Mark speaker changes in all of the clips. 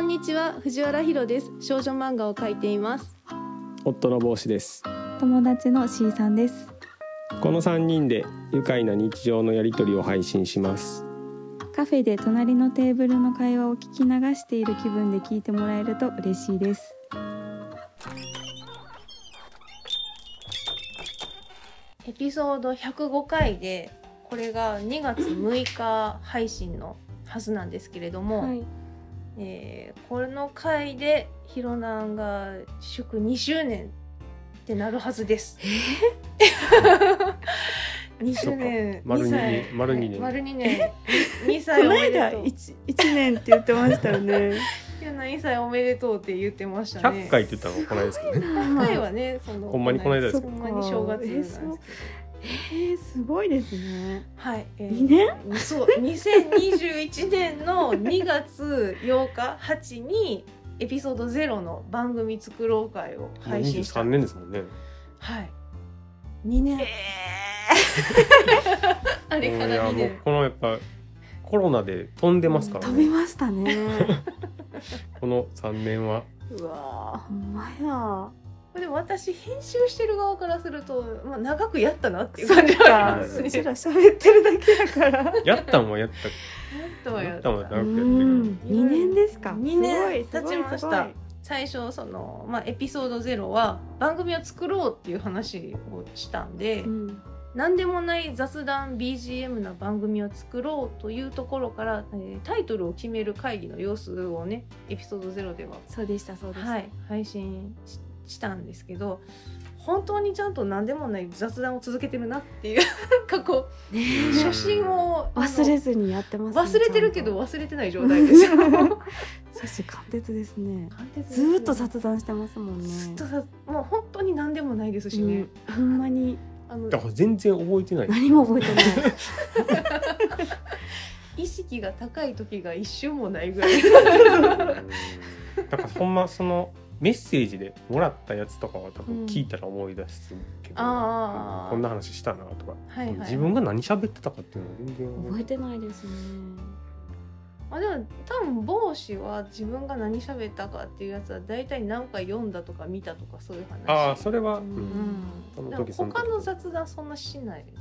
Speaker 1: んにちは藤原ひろです少女漫画を描いています
Speaker 2: 夫の帽子です
Speaker 3: 友達の C さんです
Speaker 2: この3人で愉快な日常のやりとりを配信します
Speaker 3: カフェで隣のテーブルの会話を聞き流している気分で聞いてもらえると嬉しいです
Speaker 1: エピソード105回でこれが2月6日配信のはずなんですけれども、
Speaker 3: い
Speaker 1: えーこの回でヒロナンが祝2周年ってなるはずです。 え ?2 周年
Speaker 2: そうか丸二
Speaker 1: 2歳
Speaker 2: 丸二年
Speaker 1: 丸2年2
Speaker 4: こ
Speaker 1: 歳お
Speaker 4: の
Speaker 1: めで
Speaker 4: 間
Speaker 1: とう
Speaker 4: 一一年って言ってましたよね。
Speaker 1: ヒロナン2歳おめでとうって言ってましたね
Speaker 2: 100回って言ったのこの間ですけどね
Speaker 1: 100回はねその
Speaker 2: ほんまにこの間です
Speaker 1: ほんまに正月なんですけ
Speaker 4: そっ
Speaker 1: ど
Speaker 4: かえー、すごいですね。
Speaker 1: はい、え
Speaker 4: 二年
Speaker 1: そう2021年の2月8日8にエピソード0の番組作ろう会を配信した
Speaker 2: 23年ですもんね
Speaker 1: はい2年、あれか
Speaker 2: うんい
Speaker 1: ら2
Speaker 2: やもう
Speaker 1: 年
Speaker 2: このやっぱコロナで飛んでますから
Speaker 4: 飛
Speaker 2: ね
Speaker 4: びましたね。
Speaker 2: この3年は
Speaker 4: うわー、ほんまや。
Speaker 1: でも私編集してる側からすると、まあ、長くやったなっていう
Speaker 4: そっ
Speaker 1: 感じはあ
Speaker 4: か、
Speaker 1: ります
Speaker 4: う
Speaker 1: ね
Speaker 4: ちら喋ってるだけだから。
Speaker 2: やったもんはやった
Speaker 1: どうや
Speaker 2: やったもんやった長
Speaker 4: う
Speaker 2: くやってる
Speaker 4: ん、二年ですか。
Speaker 1: 二年
Speaker 4: すごい
Speaker 1: 経ちまし。
Speaker 4: すごいす
Speaker 1: た最初その、まあ、エピソード0は番組を作ろうっていう話をしたんで、
Speaker 4: ごいうん、
Speaker 1: 何でもない雑談 BGM な番組を作ろうというところから、えータイトルを決める会議の様子をねエピソード0では、
Speaker 4: そうでした、そうでした。
Speaker 1: はい、配信ししたんですけど本当にちゃんと何でもない雑談を続けてるなっていう 過去
Speaker 4: ね
Speaker 2: うん
Speaker 1: 初心をあの
Speaker 4: 忘れずにやってま
Speaker 1: 忘
Speaker 4: す、
Speaker 1: れてるけど
Speaker 4: ち
Speaker 1: 忘れてない状態ですよ
Speaker 4: うん
Speaker 1: 簡
Speaker 4: ゃんと。し貫徹ですね。
Speaker 1: 潔です
Speaker 4: ず
Speaker 1: ね
Speaker 4: ーっと雑談してますもんね。
Speaker 1: ずっとさもう本当に何でもないですしね、
Speaker 4: うんほんまに
Speaker 1: あの
Speaker 2: だから全然覚えてない
Speaker 4: 何も覚えてない。
Speaker 1: 意識が高い時が一瞬もないぐ らい
Speaker 2: うんだからほんまそのメッセージでもらったやつとかは多分聞いたら思い出すけど、
Speaker 1: うんあー
Speaker 2: こんな話したなとか、
Speaker 1: はい、はい、
Speaker 2: 自分が何喋ってたかっていうのは全然
Speaker 4: 覚えてないですね。
Speaker 1: あでも多分帽子は自分が何喋ったかっていうやつは大体何回読んだとか見たとかそういう話
Speaker 2: ああそれは、
Speaker 1: う
Speaker 2: う、
Speaker 1: ん
Speaker 2: そ
Speaker 1: ん、
Speaker 2: の
Speaker 1: で
Speaker 2: 時
Speaker 1: も
Speaker 2: その時
Speaker 1: 他の雑談そんなしないよね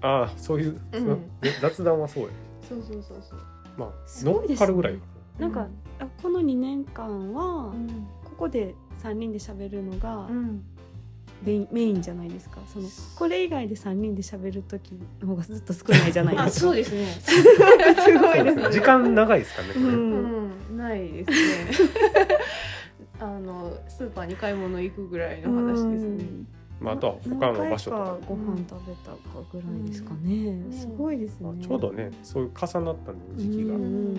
Speaker 2: ああそういう、
Speaker 1: うん
Speaker 2: その雑談はそうや
Speaker 1: そうそうそうそう
Speaker 2: まあ
Speaker 4: す
Speaker 2: 乗
Speaker 4: ごいで
Speaker 2: っ
Speaker 4: す
Speaker 2: か
Speaker 4: ね
Speaker 2: るぐらい
Speaker 4: なんかあこの2年間
Speaker 1: う
Speaker 4: は
Speaker 1: ん、
Speaker 4: ここで3人で喋るのが
Speaker 1: うん
Speaker 4: メインメインじゃないですかそのこれ以外で3人で喋る時の方がずっと少ないじゃない
Speaker 1: あ
Speaker 4: です
Speaker 1: そうですね、
Speaker 4: か すごいですね
Speaker 2: 時間長いですかねこれ、
Speaker 4: うん
Speaker 1: うん、ないですね あのスーパーに買い物行くぐらいの話ですね
Speaker 2: まあ、あとは他の場所とか
Speaker 4: 何回かご飯食べたかぐらいですかね、
Speaker 1: ん
Speaker 4: すごいですね、
Speaker 2: まあちょうどねそういう重なったんで時期が、
Speaker 4: う
Speaker 1: うん
Speaker 4: ん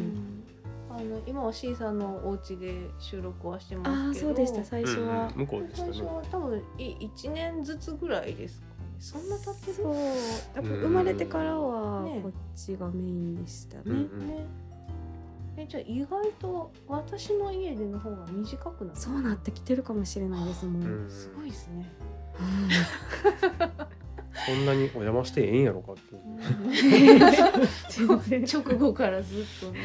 Speaker 1: あの今は C さんのお家で収録はして
Speaker 4: あ
Speaker 1: ま
Speaker 4: あ
Speaker 1: すけど
Speaker 4: そうでした最初は、
Speaker 2: うんうん向こうでした
Speaker 1: 最初
Speaker 2: ね
Speaker 1: は多分い1年ずつぐらいですかねそんな経って
Speaker 4: そう
Speaker 1: る
Speaker 4: やっぱ生まれてからは
Speaker 1: ね
Speaker 4: こっちがメインでしたね、
Speaker 2: うんうん
Speaker 1: ねえじゃあ意外と私の家での方が短くなる
Speaker 4: そうなってきてるかもしれないですもん、
Speaker 2: うん
Speaker 1: すごいですね
Speaker 2: そんなにお邪魔してええんやろか っていう
Speaker 4: 全 然
Speaker 1: 直後からずっとね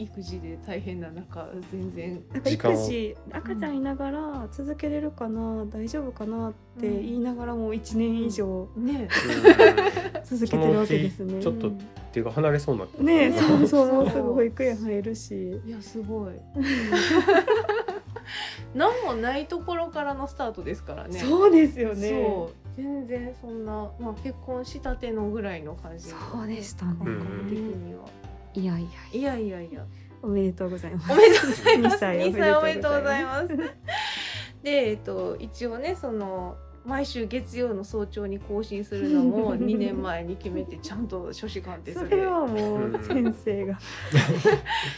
Speaker 1: 育児で大変な中全然
Speaker 4: なんか
Speaker 2: 時間を
Speaker 4: 育児赤ちゃんいながら続けれるかな、大丈夫かなって言いながらも1年以上
Speaker 1: ね
Speaker 4: 続けてるわけですね。
Speaker 2: ちょっと手が離れそうになって
Speaker 4: ねえ
Speaker 1: ね
Speaker 4: そうそう
Speaker 1: そう
Speaker 4: もうすぐ保育園入るし
Speaker 1: いやすごい 何もないところからのスタートですからね
Speaker 4: そうですよね
Speaker 1: そう全然そんな、まあ、結婚したてのぐらいの感じ
Speaker 4: そうでしたね、
Speaker 1: 感
Speaker 2: ん
Speaker 1: 覚的には、
Speaker 4: いやいや
Speaker 1: いやいやいや
Speaker 4: おめでとうございます
Speaker 1: おめでとうございます
Speaker 4: 2歳
Speaker 1: 二歳おめでとうござい
Speaker 4: ま
Speaker 1: ますでえっと一応ねその毎週月曜の早朝に更新するの も2年前に決めてちゃんと書士官です
Speaker 4: そ
Speaker 1: ね
Speaker 4: れはもう先 生が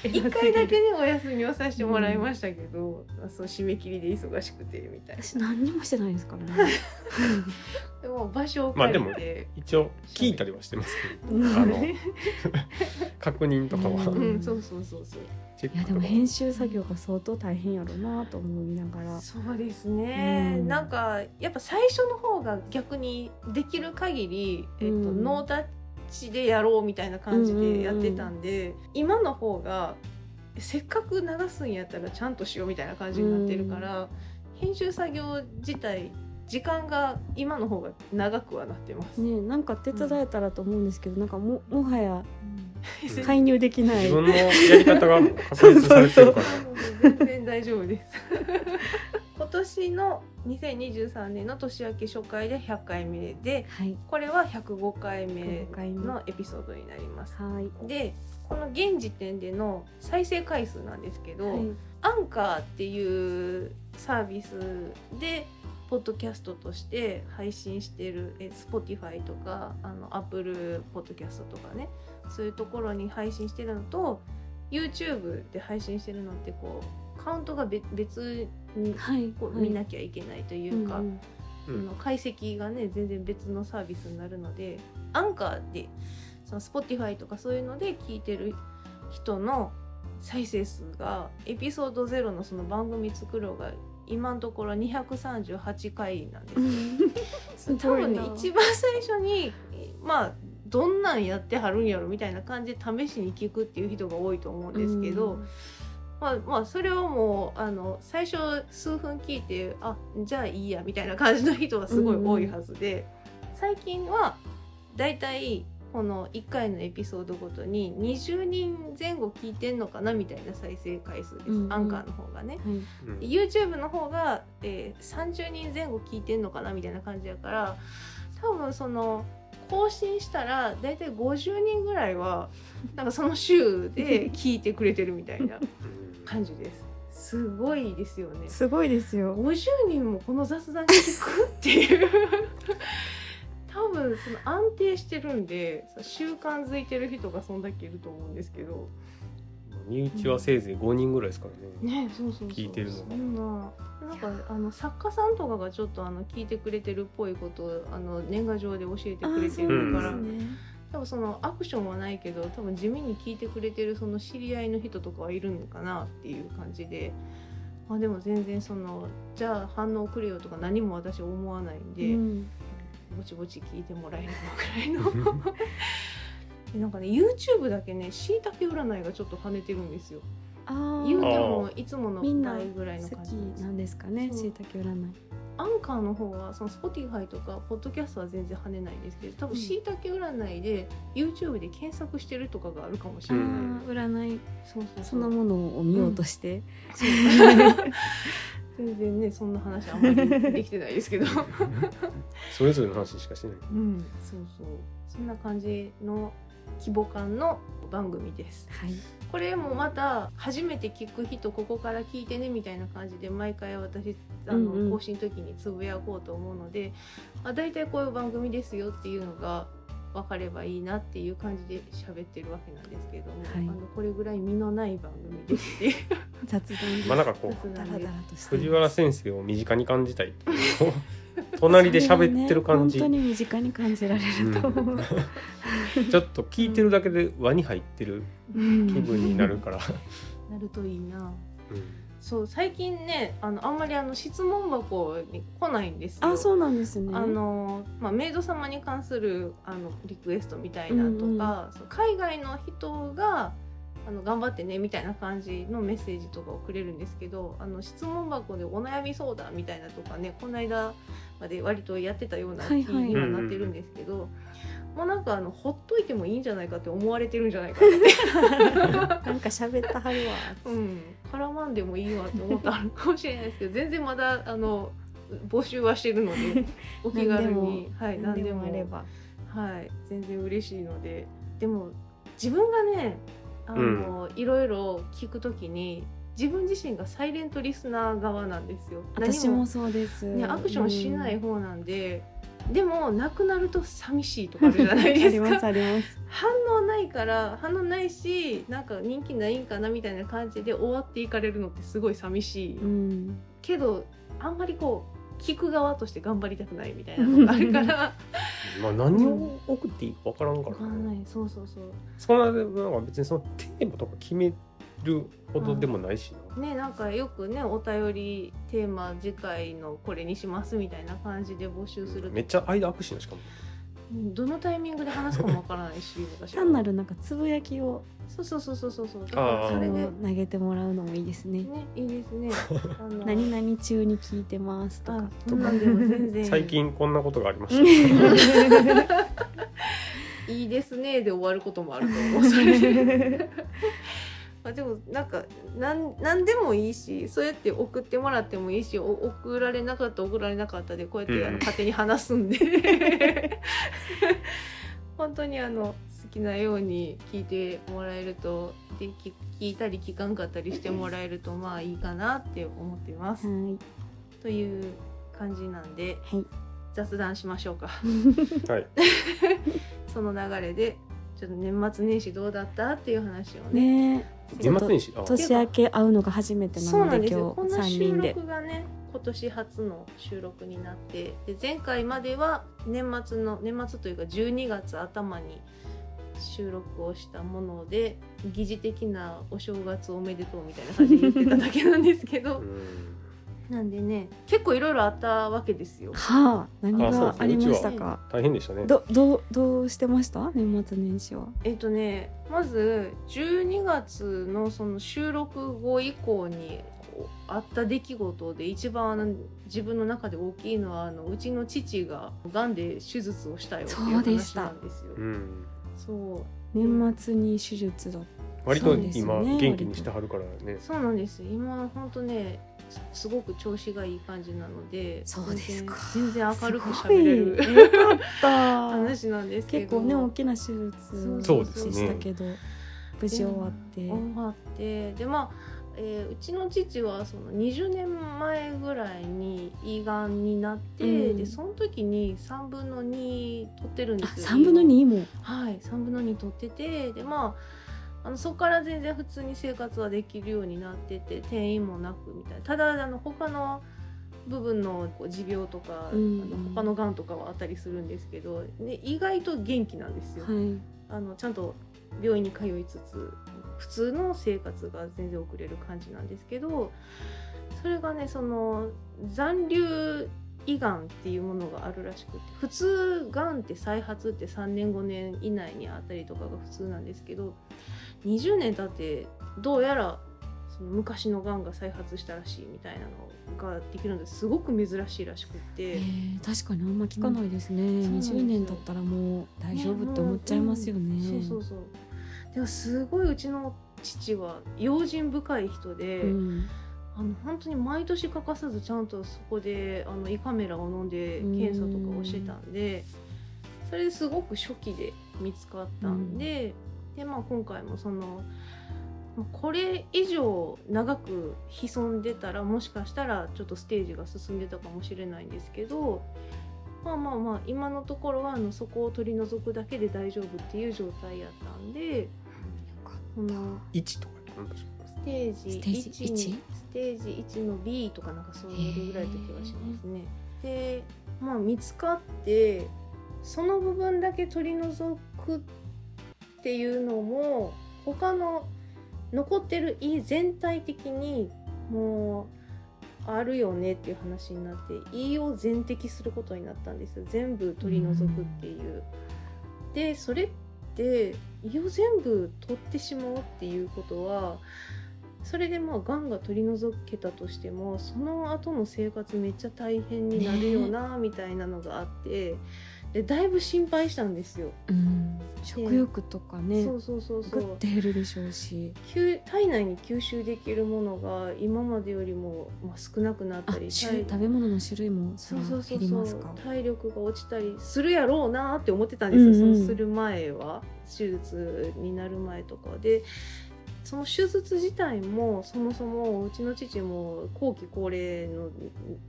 Speaker 1: 一回だけねお休みをさせてもらいましたけど、そう締め切りで忙しくてみたいな
Speaker 4: 私何にもしてないですからね
Speaker 1: でも場所を
Speaker 2: まあ
Speaker 1: 借
Speaker 2: で
Speaker 1: り
Speaker 2: も
Speaker 1: て、
Speaker 2: 一応聞いたりはしてますけど、
Speaker 4: うん
Speaker 2: あの確認とかは
Speaker 4: うん
Speaker 1: うんそうそうそうそう
Speaker 2: チェ
Speaker 4: いや
Speaker 2: ッ
Speaker 4: で
Speaker 2: ク
Speaker 4: も
Speaker 2: とか
Speaker 4: 編集作業が相当大変やろうなと思いながら
Speaker 1: そうですね、
Speaker 4: うん
Speaker 1: なんかやっぱ最初の方が逆にできる限り、えっと
Speaker 4: うん
Speaker 1: ノータッチでやろうみたいな感じでやってたんで、今の方がせっかく流すんやったらちゃんとしようみたいな感じになってるから、編集作業自体時間が今の方が長くはなってます。
Speaker 4: ねなんか手伝えたらと思うんですけど、なんかももはや
Speaker 2: うん
Speaker 4: 介入できない
Speaker 2: 自分のやり方がもう確立されてるから
Speaker 1: 全然大丈夫です 今年の2023年の年明け初回で100回目で
Speaker 4: はい
Speaker 1: これは105回目
Speaker 4: 105回目
Speaker 1: のエピソードになります
Speaker 4: はい
Speaker 1: でこの現時点での再生回数なんですけど、
Speaker 4: はい
Speaker 1: アンカーっていうサービスでポッドキャストとして配信してるえ Spotify とかあの Apple ポッドキャストとかねそういうところに配信してるのと YouTube で配信してるのってこうカウントが別別に
Speaker 4: はい
Speaker 1: こう見なきゃいけないというか、
Speaker 4: ん
Speaker 2: う
Speaker 1: そ
Speaker 2: ん
Speaker 1: の解析がね全然別のサービスになるのでアンカーでその Spotify とかそういうので聞いてる人の再生数がエピソード0のその番組作ろうが今のところ238回なんです
Speaker 4: う
Speaker 1: よ
Speaker 4: ん す
Speaker 1: 多
Speaker 4: ごい
Speaker 1: 分ね
Speaker 4: な
Speaker 1: 一番最初にまあどんなんやってはるんやろみたいな感じで試しに聞くっていう人が多いと思うんですけど、
Speaker 4: うん
Speaker 1: まあまあそれをもうあの最初数分聞いてあじゃあいいやみたいな感じの人がすごい多いはずで、最近はだいたいこの1回のエピソードごとに20人前後聞いてんのかなみたいな再生回数です、
Speaker 4: うんうん
Speaker 1: アンカーの方がね。
Speaker 4: はい
Speaker 1: YouTube の方が、えー30人前後聞いてんのかなみたいな感じやから多分その更新したら大体50人ぐらいはなんかその週で聞いてくれてるみたいな感じです。すごいですよね。
Speaker 4: すごいですよ
Speaker 1: 50人もこの雑談聞くっていう 多分その安定してるんでその習慣づいてる人がそんだけいると思うんですけど
Speaker 2: うん身内はせいぜい5人ぐらいですからね
Speaker 1: ねそうそうそう
Speaker 2: 聞いてるのが
Speaker 1: そんななんかあの作家さんとかがちょっとあの聞いてくれてるっぽいことをあの年賀状で教えてくれてるから、
Speaker 2: あーそうなん
Speaker 4: ね
Speaker 1: 多分そのアクションはないけど多分地味に聞いてくれてるその知り合いの人とかはいるのかなっていう感じで、まあ、でも全然そのじゃあ反応くれよとか何も私思わないんで、
Speaker 4: うん
Speaker 1: ぼちぼち聞いてもらえる のぐらいのでなんかね YouTube だけねしいたけ占いがちょっと跳ねてるんですよ
Speaker 4: あ
Speaker 1: 言うて
Speaker 4: ー
Speaker 1: もいつもの
Speaker 4: みんな
Speaker 1: 倍ぐらいの
Speaker 4: 好
Speaker 1: 感
Speaker 4: き
Speaker 1: じなんです
Speaker 4: なんですかね
Speaker 1: そう
Speaker 4: しいたけ占い
Speaker 1: アンカーの方はその Spotify とかポッドキャストは全然跳ねないんですけど多分
Speaker 4: うん
Speaker 1: しいたけ占いで YouTube で検索してるとかがあるかもし
Speaker 4: あ
Speaker 1: れない、
Speaker 4: ー占い
Speaker 1: そうそう
Speaker 4: そのものを見ようとして、
Speaker 1: そう全然ねそんな話あんまりできてないですけど
Speaker 2: それぞれの話しかしてない
Speaker 1: うんそうそうそんな感じの規模感の番組です
Speaker 4: はい
Speaker 1: これもまた初めて聞く人ここから聞いてねみたいな感じで毎回私あの、
Speaker 4: うんうん
Speaker 1: 更新の時につぶやこうと思うのであ大体こういう番組ですよっていうのが分かればいいなっていう感じで喋ってるわけなんですけども、
Speaker 4: はい
Speaker 1: あのこれぐらい身のない番組ですっていう
Speaker 4: 雑談です
Speaker 2: まあなんかこう
Speaker 1: 雑な
Speaker 4: ダラ
Speaker 1: んで
Speaker 4: ダラとして
Speaker 2: 藤原先生を身近に感じ たい隣で喋ってる感じ、
Speaker 4: それはね本当に身近に感じられると思う、
Speaker 2: ちょっと聞いてるだけで輪に入ってる気分になるから、
Speaker 1: なるといいな。
Speaker 2: うん
Speaker 1: そう最近ねあのあんまりあの質問箱に来ないんですよ。
Speaker 4: あそうなんですね
Speaker 1: あのまあ、メイド様に関するあのリクエストみたいなとか、
Speaker 4: うんうん
Speaker 1: そう海外の人があの頑張ってねみたいな感じのメッセージとかをくれるんですけどあの質問箱でお悩み相談みたいなとかねこの間まで割とやってたような気
Speaker 4: はいはい
Speaker 1: にはなってるんですけど、もうなんかあのほっといてもいいんじゃないかって思われてるんじゃないかって、
Speaker 4: なんか喋ったはるわ
Speaker 1: うん、絡まんでもいいわって思ったのかもしれないですけど全然まだあの募集はしてるの でお気軽にはい
Speaker 4: 何でもあれば
Speaker 1: はい、全然嬉しいのででも自分がねあの、いろいろ聞くときに自分自身がサイレントリスナー側なんですよ。
Speaker 4: 私もそうです、
Speaker 1: 何もね、アクションしない方なんで、でもなくなると寂しいとか あるじゃないです
Speaker 4: あります
Speaker 1: か
Speaker 4: あります
Speaker 1: 反応ないから反応ないしなんか人気ないんかなみたいな感じで終わっていかれるのってすごい寂しい、
Speaker 4: うん
Speaker 1: けどあんまりこう聞く側として頑張りたくないみたいなのがあるから
Speaker 2: まあ、何を送っていいか分からんから
Speaker 1: 分かんないそうそうそう
Speaker 2: そんななんか別にそのテーマとか決めるほどでもないしな、
Speaker 1: ね、なんかよくねお便りテーマ次回のこれにしますみたいな感じで募集すると
Speaker 2: めっちゃ間空くしなしかも
Speaker 1: どのタイミングで話すかもわからないし私は
Speaker 4: 単なるなんかつぶやきを
Speaker 1: そうそうそうそうそうそうだか
Speaker 2: あ
Speaker 1: ら
Speaker 2: ー
Speaker 1: そ
Speaker 4: あ
Speaker 1: れで
Speaker 4: の投げてもらうのもいいですね。
Speaker 1: ねいいですねあの
Speaker 4: 何々中に聞いてますと
Speaker 1: あ
Speaker 4: か。
Speaker 1: そんなんでも全然いい
Speaker 2: 最近こんなことがありま した。
Speaker 1: いいですねで終わることもあると思うそれで まあでもなんかなんなんでもいいしそうやって送ってもらってもいいしお送られなかった送られなかったでこうやってあ
Speaker 2: うん
Speaker 1: の勝手に話すんで 本当にあの好きなように聞いてもらえるとで聞聞いたり聞かんかったりしてもらえるとまあいいかなって思ってま
Speaker 4: は
Speaker 1: す。
Speaker 4: い。
Speaker 1: という感じなんで
Speaker 4: はい。
Speaker 1: 雑談しましょうか。
Speaker 2: はい。
Speaker 1: その流れでちょっと年末年始どうだったっていう話をね
Speaker 4: ね
Speaker 2: 年末年始。あ
Speaker 4: 年明け会うのが初めてな
Speaker 1: そうな
Speaker 4: の
Speaker 1: ん
Speaker 4: で
Speaker 1: ですよ
Speaker 4: 今
Speaker 1: こ
Speaker 4: 日
Speaker 1: の
Speaker 4: 三
Speaker 1: 収
Speaker 4: 人で。
Speaker 1: 録がね今年初の収録になってで前回までは年末の年末というか12月頭に収録をしたもので疑似的なお正月おめでとうみたいな感じで言ってただけなんですけ
Speaker 2: う
Speaker 1: ど
Speaker 2: ん
Speaker 1: なんでね結構いろいろあったわけですよ。
Speaker 4: はあ何
Speaker 2: あそう
Speaker 4: が
Speaker 2: ですね
Speaker 4: ありました
Speaker 1: うちは
Speaker 4: か。
Speaker 2: 大変でしたね。
Speaker 4: どどうどうしてました年末年始は。
Speaker 1: えっとねまず12月のその収録後以降にこうあった出来事で一番あの自分の中で大きいのはあのうちの父ががんで手術をしたよっていう
Speaker 4: そうで
Speaker 1: 話
Speaker 4: した
Speaker 1: なんですよ
Speaker 2: う。ん。
Speaker 1: そう
Speaker 4: 年末に手術だっ
Speaker 2: 割と
Speaker 4: そうですね
Speaker 2: 今元気にしてはるからね。
Speaker 1: そうなんですよ今本当ねすすごく調子がいい感じなので
Speaker 4: そうですか
Speaker 1: 全然
Speaker 4: た。
Speaker 1: 全然明るく
Speaker 4: す
Speaker 1: 喋
Speaker 4: ごい
Speaker 1: れる
Speaker 4: よかっ た。
Speaker 1: 話なんですけ
Speaker 4: 結
Speaker 1: ど
Speaker 4: 構ね大きな手
Speaker 1: そう
Speaker 4: 術
Speaker 1: ですね
Speaker 4: でしたけど、無事終わって。
Speaker 1: 終わってでまあえーうちの父はその20年前ぐらいに胃がんになって、
Speaker 4: うん
Speaker 1: でその時に3分の2取ってるんで
Speaker 4: あ
Speaker 1: すよ
Speaker 4: 三分の二も。
Speaker 1: はい3分の2取っててでまああのそこから全然普通に生活はできるようになってて転移もなくみたいなただあの他の部分のこう持病とか、
Speaker 4: うん
Speaker 1: あの他のがんとかはあったりするんですけど、ね、意外と元気なんですよ。
Speaker 4: はい。
Speaker 1: あのちゃんと病院に通いつつ普通の生活が全然遅れる感じなんですけどそれがねその残留胃がんっていうものがあるらしくて普通がんって再発って3年5年以内にあったりとかが普通なんですけど20年経ってどうやらその昔のがんが再発したらしいみたいなのができるのですごく珍しいらしくって。
Speaker 4: えー、確かにあんま聞かないですね、
Speaker 1: んそうなんですよ
Speaker 4: 20年経ったらもう大丈夫って思っちゃいますよね
Speaker 1: ねもううんそうそうそうでもすごいうちの父は用心深い人で、
Speaker 4: うん
Speaker 1: あの本当に毎年欠かさずちゃんとそこであの胃カメラを飲んで検査とかをしてたんで、それですごく初期で見つかったんで、でまあ今回もそのまあこれ以上長く潜んでたらもしかしたらちょっとステージが進んでたかもしれないんですけどまあまあまあ今のところはあのそこを取り除くだけで大丈夫っていう状態やったんでその
Speaker 2: 一とかなんでしょう
Speaker 1: ステージ
Speaker 4: ステージ
Speaker 1: 1に
Speaker 4: 一
Speaker 1: ステージ1の B とかなんかそういうぐらいだった気がしますね。でまあ見つかってその部分だけ取り除くっていうのも他の残ってる胃全体的にもうあるよねっていう話になって胃を全摘することになったんですよ全部取り除くっていう。でそれって胃を全部取ってしまうっていうことはそれでまあがんが取り除けたとしてもその後の生活めっちゃ大変になるよなみたいなのがあって、でだいぶ心配したんですよ。
Speaker 4: うん食欲とかね
Speaker 1: そうそうそうそ
Speaker 4: グ
Speaker 1: う
Speaker 4: ッて減るでしょうし
Speaker 1: 吸体内に吸収できるものが今までよりも、まあ、少なくなっ
Speaker 4: あ
Speaker 1: たり
Speaker 4: 種類食べ物の種類もそ
Speaker 1: そ
Speaker 4: れ
Speaker 1: うそ
Speaker 4: は
Speaker 1: うそ
Speaker 4: 減
Speaker 1: う
Speaker 4: り
Speaker 1: そ
Speaker 4: ます
Speaker 1: う
Speaker 4: か
Speaker 1: 体力が落ちたりするやろうなって思ってたんですよ、
Speaker 4: うんうん
Speaker 1: そのする前は手術になる前とかでその手術自体もそもそもうちの父も後期高齢の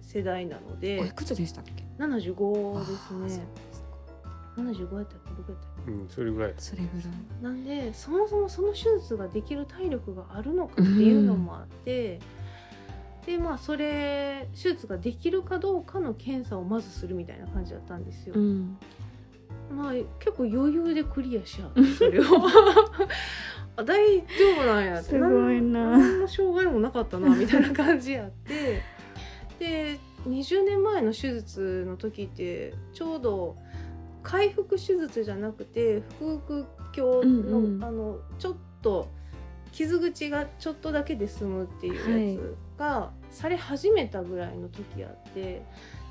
Speaker 1: 世代なの
Speaker 4: おい
Speaker 1: で
Speaker 4: くつでしたっけ
Speaker 1: 75
Speaker 4: あー
Speaker 1: です
Speaker 4: そう
Speaker 1: ね75やったっけ僕やったっ
Speaker 2: ね。うん、それぐらい。
Speaker 4: それぐらい
Speaker 1: けなんでそもそもその手術ができる体力があるのかっていうのもあって、でまあそれ手術ができるかどうかの検査をまずするみたいな感じだったんですよ。
Speaker 4: うん
Speaker 1: まあ結構余裕でクリアしちゃうそれをあ大丈夫なんやって
Speaker 4: すごいなん
Speaker 1: 何の障害もなかったなみたいな感じやってで20年前の手術の時ってちょうど回復手術じゃなくて腹腔鏡の,、
Speaker 4: うんうん
Speaker 1: あのちょっと傷口がちょっとだけで済むっていうやつがされ始めたぐらいの時あって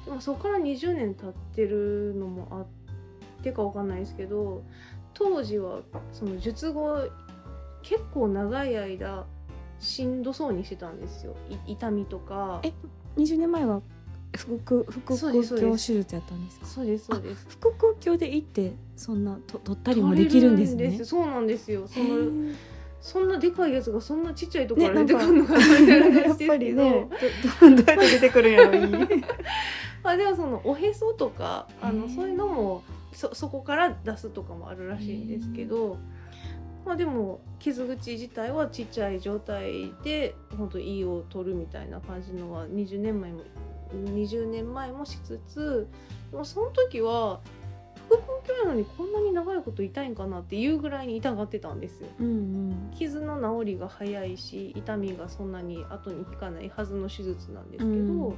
Speaker 1: でもそこから20年経ってるのもあってかわかんないですけど当時はその術後結構長い間しんどそうにしてたんですよい痛みとか
Speaker 4: え20年前は腹腔腹
Speaker 1: そう
Speaker 4: 腔
Speaker 1: ですそう
Speaker 4: 鏡
Speaker 1: で
Speaker 4: 手
Speaker 1: す
Speaker 4: 術やったんですか
Speaker 1: そうですそうです
Speaker 4: 腹腔鏡でいいってそんなと取ったりもできるんです
Speaker 1: 取れ
Speaker 4: ね
Speaker 1: るそうなんですよそ
Speaker 4: へ
Speaker 1: の
Speaker 4: ー
Speaker 1: そんなでかいやつがそんなちっちゃいとこから
Speaker 4: ね
Speaker 1: 出てくるのかなみたいな 感
Speaker 4: やっ
Speaker 1: じで
Speaker 4: ぱ
Speaker 1: すけ
Speaker 4: り
Speaker 1: ど、
Speaker 4: ねどどどうやって出てくるんやろいい
Speaker 1: まあでもそのおへそとかあ
Speaker 4: へ
Speaker 1: の
Speaker 4: ー
Speaker 1: そういうのもそそこから出すとかもあるらしいんですけど、まあでも傷口自体はちっちゃい状態で本当胃を取るみたいな感じのは20年前も20年前もしつつでもその時は腹腔鏡なのにこんなに長いこと痛いんかなっていうぐらいに痛がってたんですよ。
Speaker 4: うんうん
Speaker 1: 傷の治りが早いし痛みがそんなに後に効かないはずの手術なんですけど、
Speaker 4: うん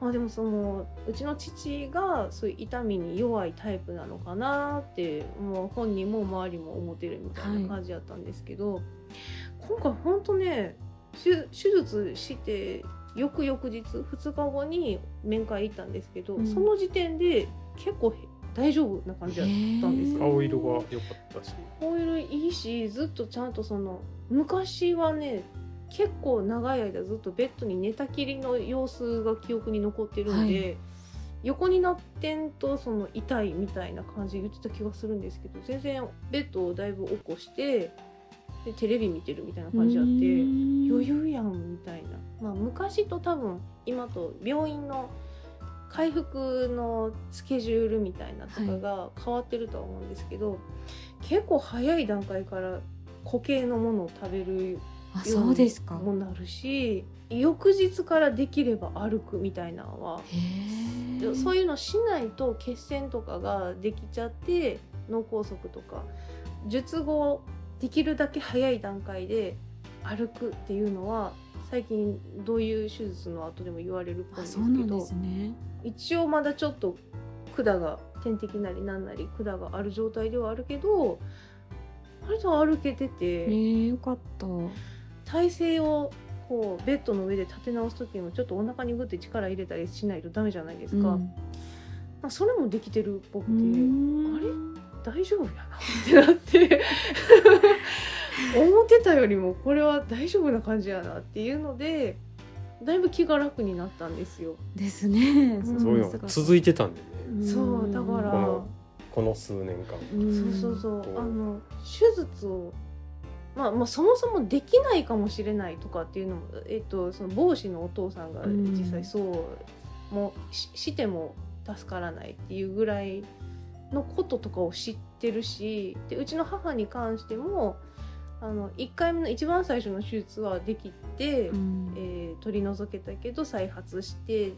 Speaker 1: まあでもそのうちの父がそういう痛みに弱いタイプなのかなってもう本人も周りも思ってるみたいな感じだったんですけど、今回ほんとね手手術して翌々日2日後に面会行ったんですけど、
Speaker 4: うん
Speaker 1: その時点で結構へ大丈夫な感じだった
Speaker 4: た
Speaker 1: んですよ
Speaker 2: 顔色が良かったし
Speaker 1: ホイールいいしずっとちゃんとその昔はね結構長い間ずっとベッドに寝たきりの様子が記憶に残ってるんで、
Speaker 4: は
Speaker 1: 横になってんとその痛いみたいな感じ言ってた気がするんですけど全然ベッドをだいぶ起こしてでテレビ見てるみたいな感じあって余裕やんみたいな、まあ、昔と多分今と病院の回復のスケジュールみたいなとかが変わってるとは思うんですけど、結構早い段階から固形のものを食べる
Speaker 4: あ
Speaker 1: よ
Speaker 4: そうですか
Speaker 1: うにもなるし翌日からできれば歩くみたいなのは
Speaker 4: へ
Speaker 1: でそうい
Speaker 4: い
Speaker 1: うのしないと血栓とかができちゃって脳梗塞とか術後できるだけ早い段階で歩くっていうのは最近どういう手術の後でも言われるっぽいん
Speaker 4: あ
Speaker 1: です
Speaker 4: そうな
Speaker 1: け
Speaker 4: んで
Speaker 1: ど
Speaker 4: すね
Speaker 1: 一応まだちょっと管が点滴なりなんなり管がある状態ではあるけど割と歩けて
Speaker 4: え
Speaker 1: て。
Speaker 4: ー、よかった
Speaker 1: 体勢をこうベッドの上で立て直す時もちょっとお腹にグッて力入れたりしないとダメじゃないですか、
Speaker 4: う
Speaker 1: ま
Speaker 4: ん
Speaker 1: あ、それもできてるっぽくて、
Speaker 4: うん
Speaker 1: あれ大丈夫やなってなって思ってたよりもこれは大丈夫な感じやなっていうのでだいぶ気が楽になったんですよ。
Speaker 4: ですね
Speaker 1: うん
Speaker 2: すごいのが続いてたんでね
Speaker 1: そうだから、
Speaker 2: うんこの数年間
Speaker 1: そうそうそうう
Speaker 2: こう
Speaker 1: あの手術を、まあ、まあそもそもできないかもしれないとかっていうのも、えっと、その帽子のお父さんが
Speaker 4: うん
Speaker 1: 実際そうもししても助からないっていうぐらいのこととかを知ってるしでうちの母に関してもあの1回目の一番最初の手術はできて。
Speaker 4: ん
Speaker 1: えー取り除けたけど再発して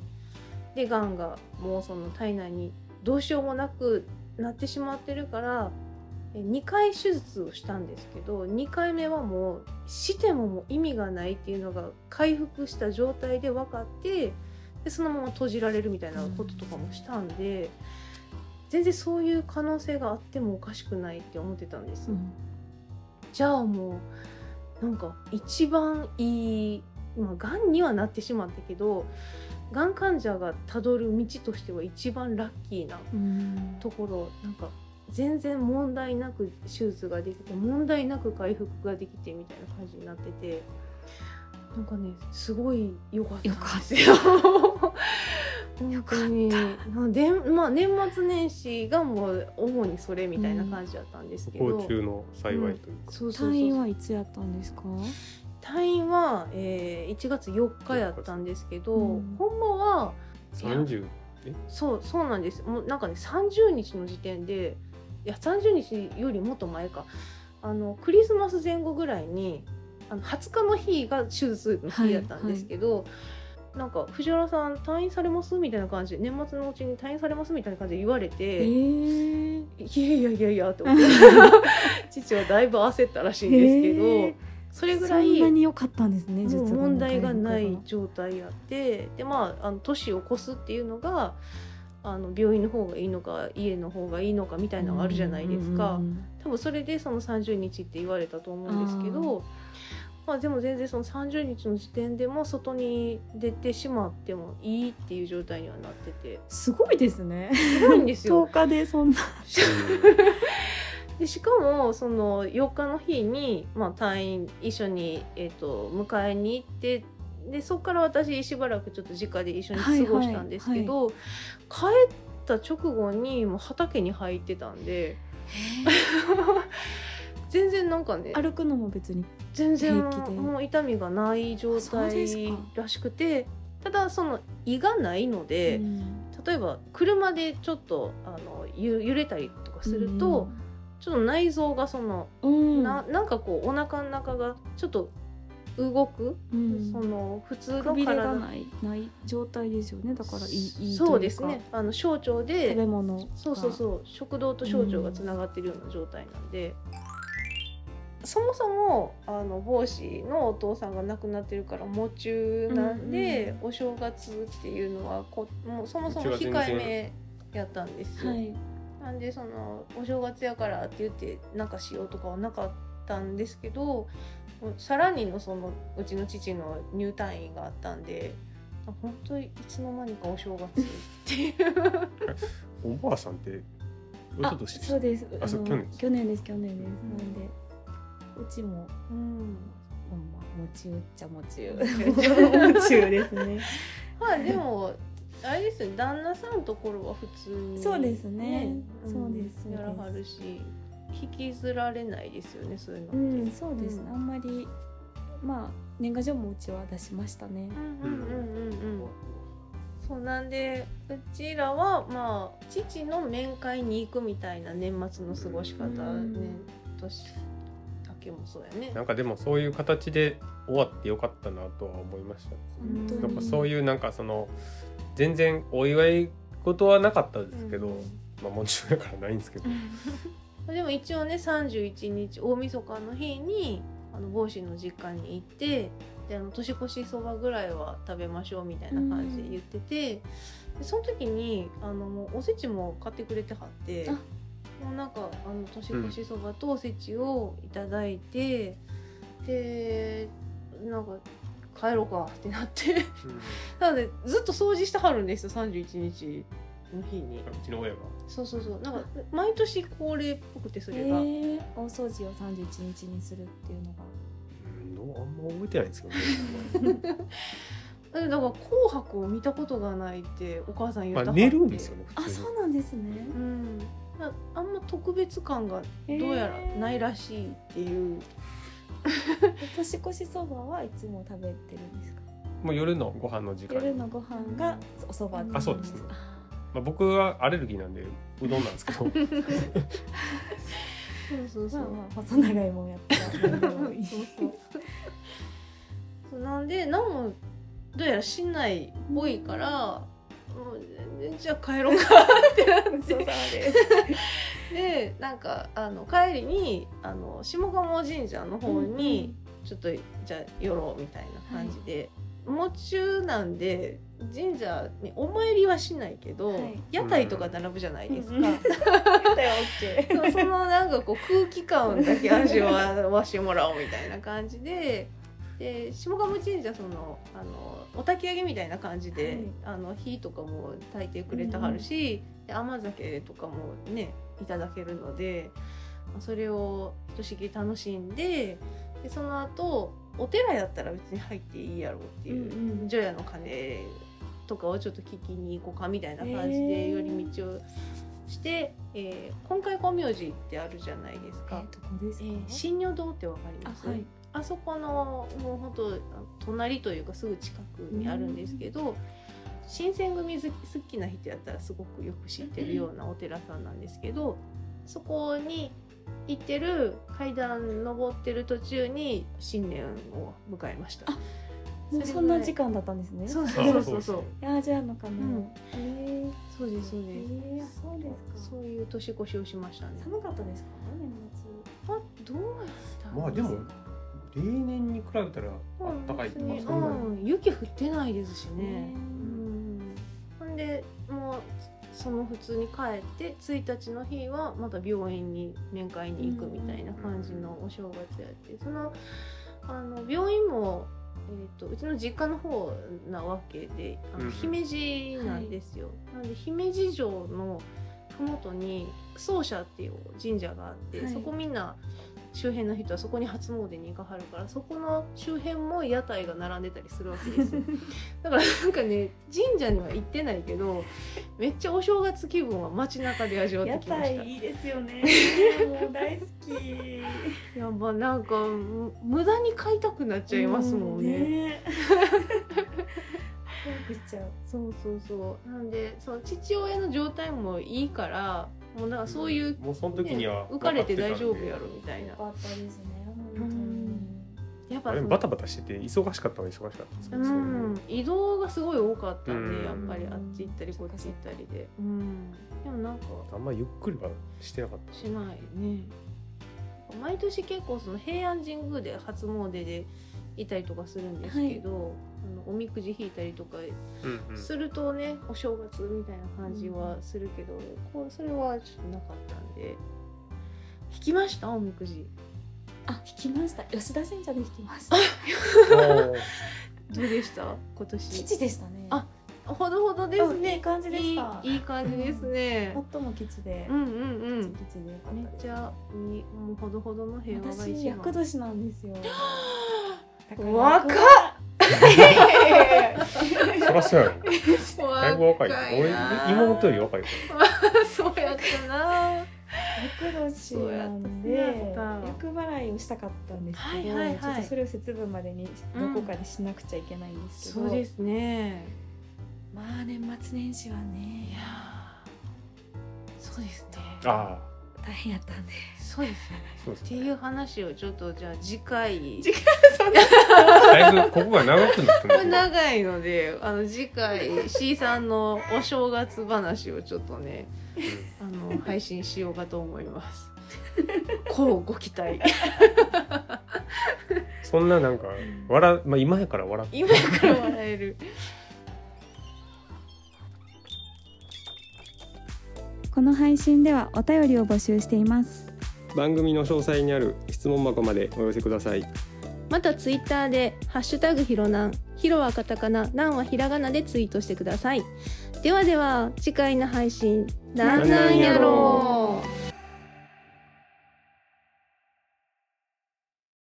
Speaker 1: でがんがもうその体内にどうしようもなくなってしまってるから2回手術をしたんですけど2回目はもうしてももう意味がないっていうのが回復した状態で分かってでそのまま閉じられるみたいなこととかもしたんで全然そういう可能性があってもおかしくないって思ってたんですよ。じゃあもうなんか一番いいまあがんにはなってしまったけどがん患者がたどる道としては一番ラッキーな
Speaker 4: うん
Speaker 1: ところなんか全然問題なく手術ができて問題なく回復ができてみたいな感じになっててなんかねすごい良かったんですよ。
Speaker 4: よ
Speaker 1: 本
Speaker 4: か
Speaker 1: 当
Speaker 4: った
Speaker 1: にまあでまあ、年末年始がもう主にそれみたいな感じだったんですけど、
Speaker 2: 不幸中の幸いというか、
Speaker 1: そうそうそう
Speaker 4: 退院はいつやったんですか
Speaker 1: 退院は、えー1月4日やったんですけど、
Speaker 4: うん
Speaker 1: ほんまは
Speaker 2: 30
Speaker 1: そうそうなんですもうなんかね30日の時点でいや30日よりもっと前かあのクリスマス前後ぐらいにあの20日の日が手術の日だったんですけど、なんか藤原さん退院されますみたいな感じで年末のうちに退院されますみたいな感じで言われ
Speaker 4: え
Speaker 1: て、
Speaker 4: ー、
Speaker 1: いやいやいやいやって 思って父はだいぶ焦ったらしいんですけど、
Speaker 4: へー
Speaker 1: それぐらい
Speaker 4: そんなに良かったんですね
Speaker 1: もう
Speaker 4: 実は
Speaker 1: 問題がない状態やってでまああの年を越すっていうのがあの病院の方がいいのか家の方がいいのかみたいなのがあるじゃないですか、多分それでその30日って言われたと思うんですけどまあでも全然その30日の時点でも外に出てしまってもいいっていう状態にはなってて
Speaker 4: すごいですね
Speaker 1: すごいんですよ
Speaker 4: 10 。日でそんな
Speaker 1: でしかもその8日の日に、まあ、隊員一緒に、えー、と迎えに行ってでそこから私しばらくちょっと実家で一緒に過ごしたんですけど、帰った直後にもう畑に入ってたんで 全然なんかね
Speaker 4: 歩くのも別に
Speaker 1: 全然
Speaker 4: 平気で
Speaker 1: もう痛みがない状
Speaker 4: そうです
Speaker 1: 態
Speaker 4: から
Speaker 1: しくてただその胃がないので、
Speaker 4: うん
Speaker 1: 例えば車でちょっとあのゆ揺れたりとかすると、ちょっと内臓がその
Speaker 4: うん
Speaker 1: ななんかこうお腹の中がちょっと動く、
Speaker 4: うん
Speaker 1: その普通
Speaker 4: く
Speaker 1: の
Speaker 4: びれが
Speaker 1: 体
Speaker 4: ないない状態ですよねだからいいいいというか
Speaker 1: そうですねあの小腸
Speaker 4: 食べ
Speaker 1: で
Speaker 4: 物が
Speaker 1: そうそうそう食道と小腸がつながってるような状態なんで、そもそもあの帽子のお父さんが亡くなってるから喪中なんで、お正月っていうのはこもうそもそも
Speaker 2: うち
Speaker 1: 控
Speaker 2: は
Speaker 1: え
Speaker 2: 全然
Speaker 1: めやったんですよ。
Speaker 4: はい
Speaker 1: なんでそのお正月やからって言ってなんかしようとかはなかったんですけどさらにのそのうちの父の入退院があったんであ本当いつの間にかお正月っていう
Speaker 2: おばあさんっておととし
Speaker 4: そうです
Speaker 2: あそう
Speaker 4: の
Speaker 2: 去年です
Speaker 4: 去年です去年で
Speaker 1: ん
Speaker 4: す、なんでうちも
Speaker 1: うん
Speaker 4: まあまあもちゅうっちゃもちゅう
Speaker 1: もちゅう
Speaker 4: です ね
Speaker 1: まあでもあれですね旦那さんのところは普通に、
Speaker 4: そうですねそうですそうです
Speaker 1: やらはるし引きずられないですよねそういうのって
Speaker 4: う。んそうですね、
Speaker 1: うん
Speaker 4: あんまりまあ年賀状もうちは出しましたね
Speaker 1: うんうんうんうんうんそうなんでうちらはまあ父の面会に行くみたいな年末の過ごし方ね、
Speaker 4: うん
Speaker 1: 年だけもそうやね
Speaker 2: なんかでもそういう形で終わってよかったなとは思いました、
Speaker 4: 本当に
Speaker 2: やっぱそういうなんかその全然お祝い事はなかったですけど、
Speaker 1: うん
Speaker 2: まあもちろんやからないんですけど、
Speaker 1: でも一応ね31日大晦日の日にあの帽子の実家に行ってであの年越しそばぐらいは食べましょうみたいな感じで言ってて、でその時にあのもうおせちも買ってくれてはって
Speaker 4: あ
Speaker 1: もうなんかあの年越しそばとおせちをいただいて、でなんか帰ろうかってなって なのでずっと掃除してはるんですよ31日の日に
Speaker 2: うちの親が
Speaker 1: そうそうそうなんか毎年恒例っぽくてそ
Speaker 4: え
Speaker 1: れが。
Speaker 4: ー、大掃除を31日にするっていう
Speaker 2: うん
Speaker 4: のが
Speaker 2: どうあんま覚えてないんですけど、ね、
Speaker 1: だから紅白を見たことがないってお母さん言っ
Speaker 2: ま
Speaker 1: た
Speaker 2: あ
Speaker 1: はって
Speaker 2: 寝るんですよね
Speaker 4: あ
Speaker 2: 普通に
Speaker 4: そうなんですね
Speaker 1: うんだからあんま特別感がどうやらないらしいっていう、
Speaker 4: 年越しそばはいつも食べてるんですか
Speaker 2: もう夜のご飯の時間
Speaker 4: 夜のご飯がおそばってい
Speaker 1: あ
Speaker 2: そうですね
Speaker 4: あ
Speaker 2: まあ、僕はアレルギーなんでうどんなんで すけど
Speaker 1: そうそう
Speaker 4: ーまあまあ細長いもんや ったら何でもいい
Speaker 1: そうなんで何もどうやら市内っぽいから、もう全然じゃあ帰ろうかってなっ
Speaker 4: ごちそうさ
Speaker 1: て
Speaker 4: まです
Speaker 1: でなんかあの帰りにあの下鴨神社の方に、ちょっとじゃあ寄ろうみたいな感じで、もう中なんで神社にお参りはしないけど、
Speaker 4: はい
Speaker 1: 屋台とか並ぶじゃないですか、
Speaker 4: うんうんだよ OK
Speaker 1: でもそのなんかこう空気感だけ味わわしてもらおうみたいな感じで。で下鴨神社そのあのお焚き上げみたいな感じで、あの火とかも炊いてくれてはるし、で甘酒とかもねいただけるのでまあそれをひとしきり楽しんででその後お寺やったら別に入っていいやろうっていう、
Speaker 4: うんうん
Speaker 1: 除夜の鐘とかをちょっと聞きに行こうかみたいな感じ
Speaker 4: へ
Speaker 1: で
Speaker 4: ー
Speaker 1: 寄り道をして、えー、今回光明寺ってあるじゃないです
Speaker 4: え
Speaker 1: か
Speaker 4: ー、。どこですか、
Speaker 1: えー新女堂ってわかります
Speaker 4: あはい
Speaker 1: あそこのもうほんと隣というかすぐ近くにあるんですけど新選組好き好きな人やったらすごくよく知ってるようなお寺さんなんですけどそこに行ってる階段登ってる途中に新年を迎えました。
Speaker 4: もうそんな時間だったんですね
Speaker 1: そう
Speaker 4: う
Speaker 1: そうそうそう
Speaker 4: あーじゃあのかな、
Speaker 1: うん
Speaker 4: えー
Speaker 1: そうですそう
Speaker 4: え
Speaker 1: です。
Speaker 4: ー、そうです
Speaker 1: そ
Speaker 4: か
Speaker 1: ういう年越しをしましたね。
Speaker 4: 寒かったですか年
Speaker 1: あどうやったんすか
Speaker 2: まあでも例年に比べたらあったかいと
Speaker 1: う
Speaker 2: か
Speaker 1: ん別
Speaker 2: そんな
Speaker 1: にうん雪降ってないですし
Speaker 4: 末
Speaker 1: ね。うんほんでもうその普通に帰って1日の日はまた病院に面会に行くみたいな感じのお正月やってそのあの病院も、えー、とうちの実家の方なわけであ
Speaker 2: うんう
Speaker 1: の
Speaker 2: ん
Speaker 1: 姫路なんですよ。なんで姫路城の麓に奏者っていう神社があって、
Speaker 4: はい
Speaker 1: そこみんな周辺の人はそこに初詣に行かはるからそこの周辺も屋台が並んでたりするわけです よだからなんかね神社には行ってないけどめっちゃお正月気分は街中で味わって
Speaker 4: 屋
Speaker 1: きました
Speaker 4: 台いいですよ ね。もう大好き。
Speaker 1: やっぱなんかむ無駄に買いたくなっちゃいますもんね,、
Speaker 4: うね。 早くしちゃう。
Speaker 1: そうそうそうなんでその父親の状態もいいからもうなんかそういう、
Speaker 2: もうその時には
Speaker 1: 浮かれて大丈夫やろみたいな
Speaker 4: よかったですね。本当
Speaker 1: うん
Speaker 4: に。
Speaker 1: やっ
Speaker 2: あ
Speaker 1: ぱ
Speaker 2: れ
Speaker 1: その
Speaker 2: バタバタしてて忙しかったは忙しかったですね
Speaker 1: う
Speaker 2: そ
Speaker 1: ん、移動がすごい多かったんで、
Speaker 2: うん
Speaker 1: やっぱりあっち行ったりこっち行ったりで、うん、でもなんか
Speaker 2: あんまゆっくりはしてなかっ
Speaker 1: しないね毎年結構その平安神宮で初詣でいたりとかするんですけど、あのおみくじ引いたりとか
Speaker 2: た、うんうん
Speaker 1: するとね、お正月みたいな感じはするけど、こうそれはちょっとなかったんで引きましたおみくじ
Speaker 4: あ、引きました。吉田神社で引きました。
Speaker 2: おー
Speaker 1: どうでした今年
Speaker 4: 吉でしたね。
Speaker 1: あほどほどです
Speaker 4: うんいい
Speaker 1: ね、
Speaker 4: 感じで
Speaker 1: い
Speaker 4: し
Speaker 1: い
Speaker 4: た。
Speaker 1: いい感じです ね、
Speaker 4: 最も吉で
Speaker 1: う。んうんうん
Speaker 4: 吉でよかった
Speaker 1: めっ
Speaker 4: です
Speaker 1: ちゃいいもうほどほどの平和が
Speaker 4: 私
Speaker 1: 一
Speaker 4: 厄
Speaker 1: 番
Speaker 4: 年なんですよ。
Speaker 1: 若っ
Speaker 4: っ。
Speaker 2: そ らそうやろ だいぶ若いよ
Speaker 1: 若い
Speaker 2: 俺
Speaker 1: な
Speaker 2: 妹より若いよ
Speaker 1: そうやったな
Speaker 4: 厄年なん
Speaker 1: そう
Speaker 4: で
Speaker 1: やった
Speaker 4: 厄払いをしたかったんですけど、
Speaker 1: はいはいはい
Speaker 4: ちょっとそれを節分までにどこかでしなくちゃいけないんですけど、
Speaker 1: そうですね
Speaker 4: まあ年末年始はね
Speaker 1: いやーそうですね
Speaker 2: あ
Speaker 4: 大変やったんで
Speaker 1: そうですね
Speaker 2: あそうで
Speaker 1: っ
Speaker 2: す
Speaker 1: て
Speaker 2: ね
Speaker 1: いう話をちょっとじゃあ次回
Speaker 2: だいぶここが長くなっ
Speaker 1: こ
Speaker 2: てま
Speaker 1: れ
Speaker 2: すね
Speaker 1: 長いのであの次回 C さんのお正月話をちょっとねあの配信しようかと思い ます。こうご期待。
Speaker 2: そんななんか笑うまあ今やから笑って
Speaker 1: 今から笑える。
Speaker 3: この配信ではお便りを募集しています
Speaker 2: 番組の詳細にある質問箱までお寄せください
Speaker 1: またツイッターで「ハッシュタグひろなん」「ひろはカタカナ」「なん」はひらがなでツイートしてくださいではでは次回の配信「なんなんやろう」